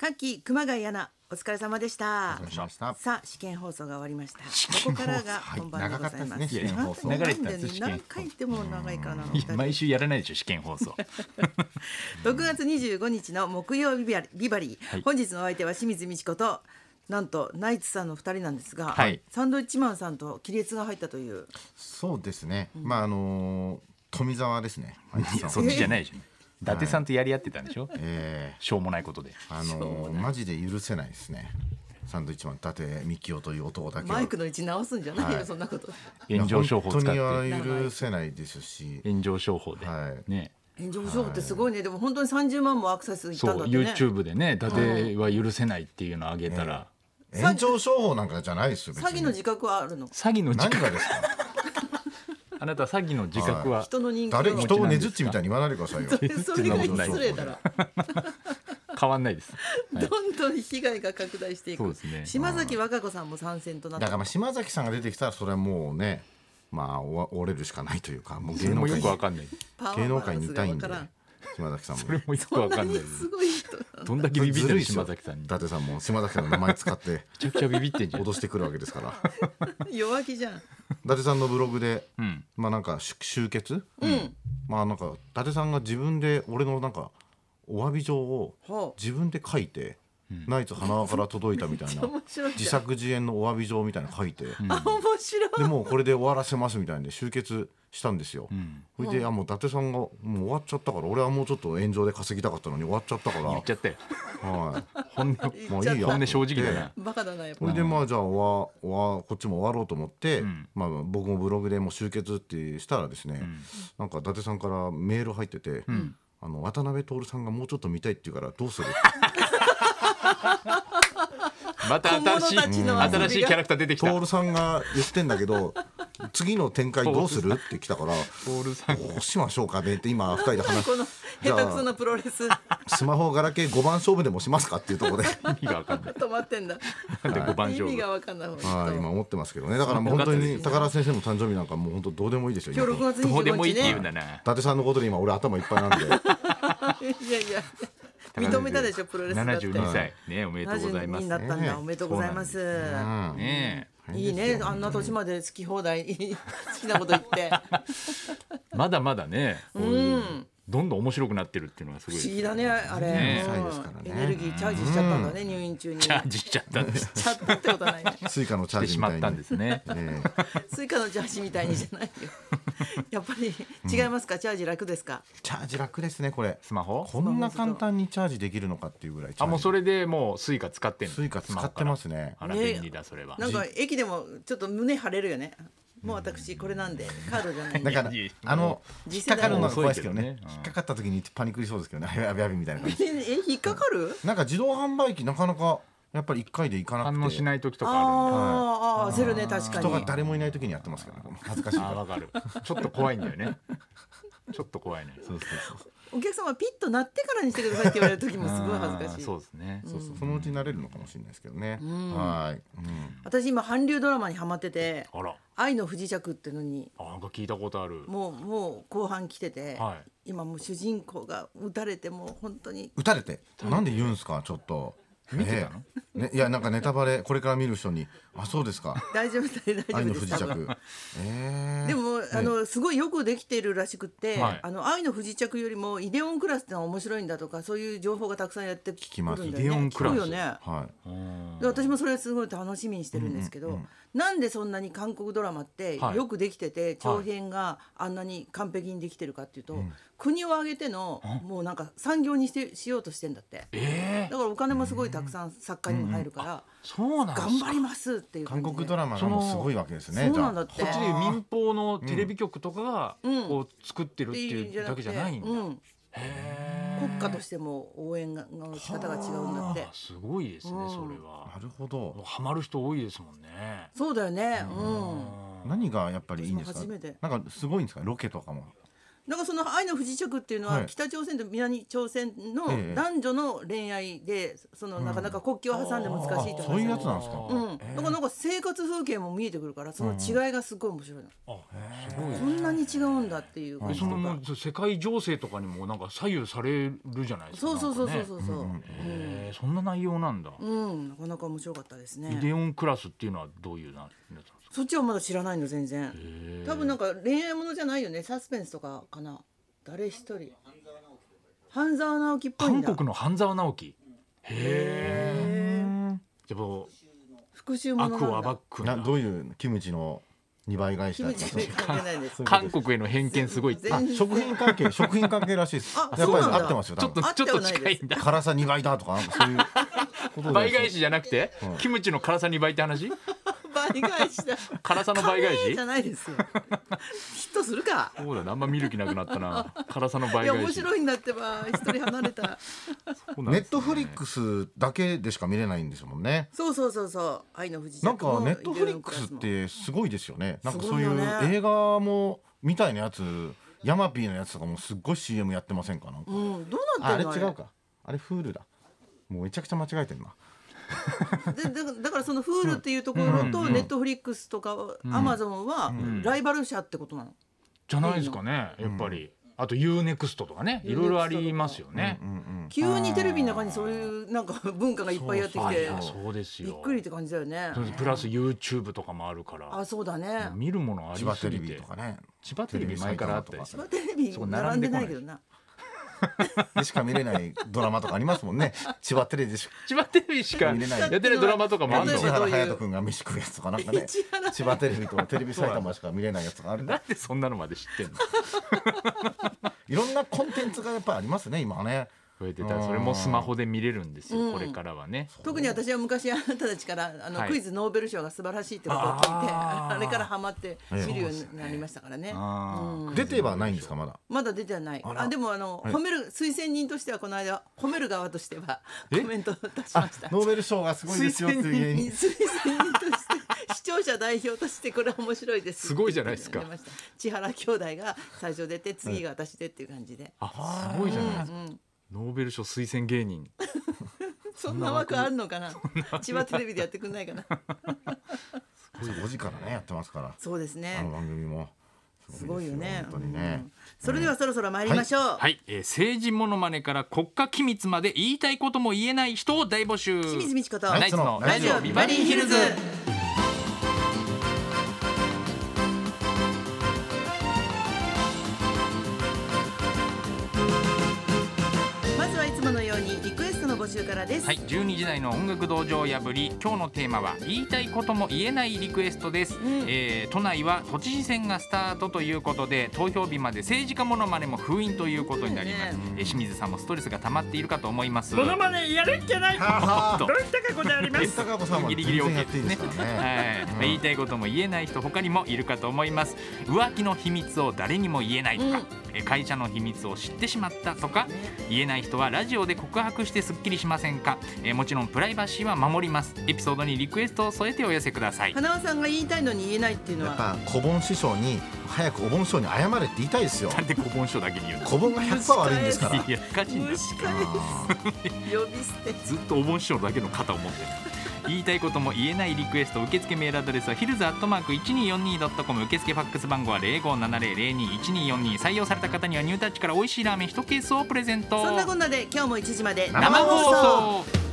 夏季熊谷アナお疲れ様でしたお疲れ様でしたさあ試験放送が終わりました試験放送ここからが本番でございはま い長かったですすね試験放送なんか流れてたんです試験何回言っても長いからなのいや毎週やらないでしょ試験放送6月25日の木曜日ビバリビバリー、はい本日のお相手は清水美智子となんとナイツさんの2人なんですが、はいサンドイッチマンさんと亀裂が入ったというそうですね。まああのー富澤ですね。いやそっちじゃないでしょ伊達さんとやり合ってたんでしょ、えしょうもないことでえあのーマジで許せないですね。サンドイッチマン伊達幹雄という男だけは。マイクの位置直すんじゃないよ、はいそんなこと炎上商法使っいや本て当には許せないですし。炎上商法で、はいね炎上商法ってすごいねでも本当に30万もアクセスいったそんだうってね YouTube でね伊達は許せないっていうのをあげたら、炎上商法なんかじゃないですよ。別に詐欺の自覚はあるの詐欺の自何覚がですか。あなた詐欺の自覚は、人の人気誰を人をねずっちみたいに言わないでくだ さいよ。 それが失礼だろ変わんないですどんどん被害が拡大していそうく、ですね島崎和歌子さんも参戦となっだかたらまあ島崎さんが出てきたらそれはもうね、まあおわ折れるしかないというか、もうそ芸れ能も界よにくわかんないパワ芸ー能バラ界ンにスがいたいわんでからん。島崎さんもそ。れもよくそわんなかんないにですごい人なのどんだけビビってずるいるですよ島崎さんに伊め達さんも島崎さんの名前使ってちゃくちゃビビってんじゃん脅してくるわけですから弱気じゃん伊達さんのブログで、んまあなんか集集結、うんまあなんか伊達さんが自分で俺のなんかお詫び状をほう自分で書いて、ナイツ花輪から届いたみたいな面白い自じゃん作自演のお詫び状みたいなの書いて、あ面白いでもうこれで終わらせますみたいなんで集結したんですよ。それで、あもう伊達さんがもう終わっちゃったから俺はもうちょっと炎上で稼ぎたかったのに終わっちゃったから言っちゃったよはい本音もういいよ本音正直だなバカだなやっそぱれでまあじゃあわわこっちも終わろうと思って、んまあ、僕もブログでもう集結ってしたらですね、なんか伊達さんからメール入ってて、あの渡辺徹さんがもうちょっと見たいって言うからどう するまた新しい小物たちの遊びが新しいキャラクター出てきた徹さんが言ってんだけど次の展開どうするって来たから徹さんどうしましょうかねって今二人で話し このじゃ下手あくそなプロレススマホガラケー5番勝負でもしますかっていうところ で。意味がわかんない止まってんだなん で五番意勝味負が分かんない方はい、今今思ってますけどね。だからもう本当に高田先生の誕生日なんかもう本当どうでもいいですよ。日6月どうでもいい25って日言うんねだな伊達さんのことで今俺頭いっぱいなんで。 いやいや認めたでしょプロレスだって72歳ねおめでとうござい72ますになったんねだおめでとうございますう んねえいいねあんな年まで好き放題 好きなこと言ってまだまだねうんどんどん面白くなってるっていうのがす不ごい思議だねあれねうん歳ですからねエネルギーチャージしちゃったんだね入院中にチャージしちゃったん ですしちゃったってことはないねスイカのチャーてジしみたいまに。ったんですねええスイカのチャージみたいにじゃないよやっぱり違いますかチャージ楽ですかチャージ楽ですねこれスマホこんな簡単にチャージできるのかっていうぐらいチャージあもうそれでもうスイカ使ってんのスイカ使ってますねあら便利だそれはなんか駅でもちょっと胸張れるよねもう私これなんでカードじゃないんだでからいやいやあの引っ実か際かるのが怖いですけど遅いねけどねうん引っかかった時にパニクりそうですけどねやべやべみたいな感じえ引っかかるなんか自動販売機なかなかやっぱり一回でいかな反く応てしない時とかあるあーあー焦るね確か人がに誰もいない時にやってますけどね恥ずかしいあかーらわかるちょっと怖いんだよねちょっと怖いねそうそうそうお客様ピッとなってからにしてくださいって言われる時もすごい恥ずかあーしいそうですねそうそうそのうちになれるのかもしれないですけどねはいうん私今韓流ドラマにハマっててあら「愛の不時着」ってのにあなんか聞いたことあるもうもう後半来てて、は今もう主人公が撃たれてもう本当に打たれてなんで言うんですかちょっと見てたのねいやなんかネタバレこれから見る人にあそうですか大丈夫だよ大愛丈夫ので不す時多分着。えーでも、あのすごいよくできているらしくって、はいあの愛の不時着よりもイデオンクラスってのは面白いんだとかそういう情報がたくさんやってくるんだよね。きますイデオンクラス聞くよね。はうんで私もそれすごい楽しみにしてるんですけど、なんでそんなに韓国ドラマってはいよくできてて、長編があんなに完璧にできてるかっていうと、国を挙げてのもうなんか産業にしてしようとしてんだってだええからお金もすごいたくさん作家にも入るから、そうなんですか頑張りますっていう い韓感じで国ドラマがもうすごいわけですねそうじゃなんだっあてこっちでいう民放のテレビ局とかがうんこう作ってるっていうだけじゃないんだ、うん、へ国家としても応援がの仕方が違うんだってーすごいですねうんそれはなるほどハマる人多いですもんねそうだよねうん何がやっぱりいいんですか私も初めてなんかすごいんですかロケとかもなんかその「愛の不時着」っていうのははい北朝鮮と南朝鮮えのえ男女の恋愛でそのなかなか国境を挟んで難しいってあそういうや話つなんですかうん、だからなんか生活風景も見えてくるからその違いがすごい面白いの、あすごいこんなに違うんだっていう感でじそとのもかう世界情勢とかにもなんか左右されるじゃないですかそうそうそうなそうそんかねうそう、うんえそんな内容なんだ、うん、なかなか面白かったですイデね。オンクラスっていうのはどういうなやつなんですかそっちはまだ知らないの全然。多分なんか恋愛ものじゃないよね。サスペンスとかかな。誰一人。半沢直樹っぽいん韓だ。国の半沢直樹へえじゃあも復讐うもの悪をなんだ暴。くんなだどういうキムチの2倍返しキだムったチとか関係ないです。韓国への偏見すごいって全あ然食品関 係食品関係らしいですあやっそうぱりなんだ合ってますよち多ょっと分あってちょっはとないです近いんだ辛さ2倍だとかなんかそういうことで倍返しじゃなくて、キムチの辛さ2倍って話倍返しだ。辛さの倍返金しじゃないですよ。ヒットするか。そうだねあんま見る気なくなったな辛さのい倍や返面し白いんだってば一人離れた。ネットフリックスだけでしか見れないんですもんねそうそうそうそう。愛の不時着なんかもネットフリックスっ。イデオンラスもてすごいですよねなんかそういすごいようね映画もみたいなやつヤマピーのやつとかもすっごい CM やってませんかなんかうんどうなあってれんの違うかあれフールだもうめちゃくちゃ間違えてんなでだからだからその Hulu っていうところと Netflix とか Amazon はライバル社ってことなの。じゃないですかねやっぱり、あと UNEXT とかねいろいろありますよね、急にテレビの中にそういうなんか文化がいっぱいやってきてあそうですびよっくりって感じだよね。そうですプラス YouTube とかもあるからあそうだね。見るものあ千り葉すテレぎビてとかね千葉テレビ前からあったりまあテレビそこ並並んんででこなないいけどな。でしか見れないドラマとかありますもんね千葉テレビでしか千葉テレビしかや見れないってないドラマとかもある例のえ市ば原隼人君が飯食うやつとかなんかね市原千葉テレビとテレビ埼玉しか見れないやつがあるなんでそんなのまで知ってんのいろんなコンテンツがやっぱりありますね今はね増えてたそれもスマホで見れるんですよ、これからはね特に私は昔あなたたちからあの、はいクイズノーベル賞が素晴らしいってことを聞いてああーれからハマって見るようそうですになりましたからね。あ出てはないんですかまだまだ出てはない。ああらでもあの、はい褒める推薦人としてはこの間褒める側としてはコメントを出しました。ノーベル賞がすごいですよっていう家に推薦人として視聴者代表としてこれは面白いですすごいじゃないですかって言ってました千原兄弟が最初出て次が私でっていう感じで、あすごいじゃないですか、ノーベル賞推薦芸人そんな枠あんのかな千葉テレビでやってくんないか な5時からねやってますからそうですあのね番組もすごいよね本当にねうんそれではそろそろ参りましょう、はい、えー政治モノマネから国家機密まで言いたいことも言えない人を大募集清水美智子とナイツのララジジオオビビババリリーーヒヒルルズズ。まずはいつものようにリクエストの募集からです。はい、12時台の音楽道場を破り今日のテーマは言いたいことも言えないリクエストです、えー都内は都知事選がスタートということで投票日まで政治家モノマネも封印ということになります、ねえー清水さんもストレスが溜まっているかと思いますモノマネやるんじゃ ないははとどういった過去でありまえす高子さんはギ全リギリ然や OK っていいですからねはいまあ言いたいことも言えない人他にもいるかと思います浮気の秘密を誰にも言えないとか、え会社の秘密を知ってしまったとか言えない人はラジオで告白してすっきりしませんかえもちろんプライバシーは守りますエピソードにリクエストを添えてお寄せください花輪さんが言いたいのに言えないっていうのやっは。ぱ古文師匠に早くお盆師匠に謝れって言いたいですよなんで古文書だけに言うの 古文が100%悪いんですからいやおかしいんだ蒸よし返す。呼び捨て。ずっとお盆師匠だけの肩を持ってる言いたいことも言えないリクエスト受付メールアドレスはヒルズアットマーク 1242.com 受付ファックス番号は0570021242採用された方にはニュータッチから美味しいラーメン1ケースをプレゼントそんなこんなで今日も1時まで生放送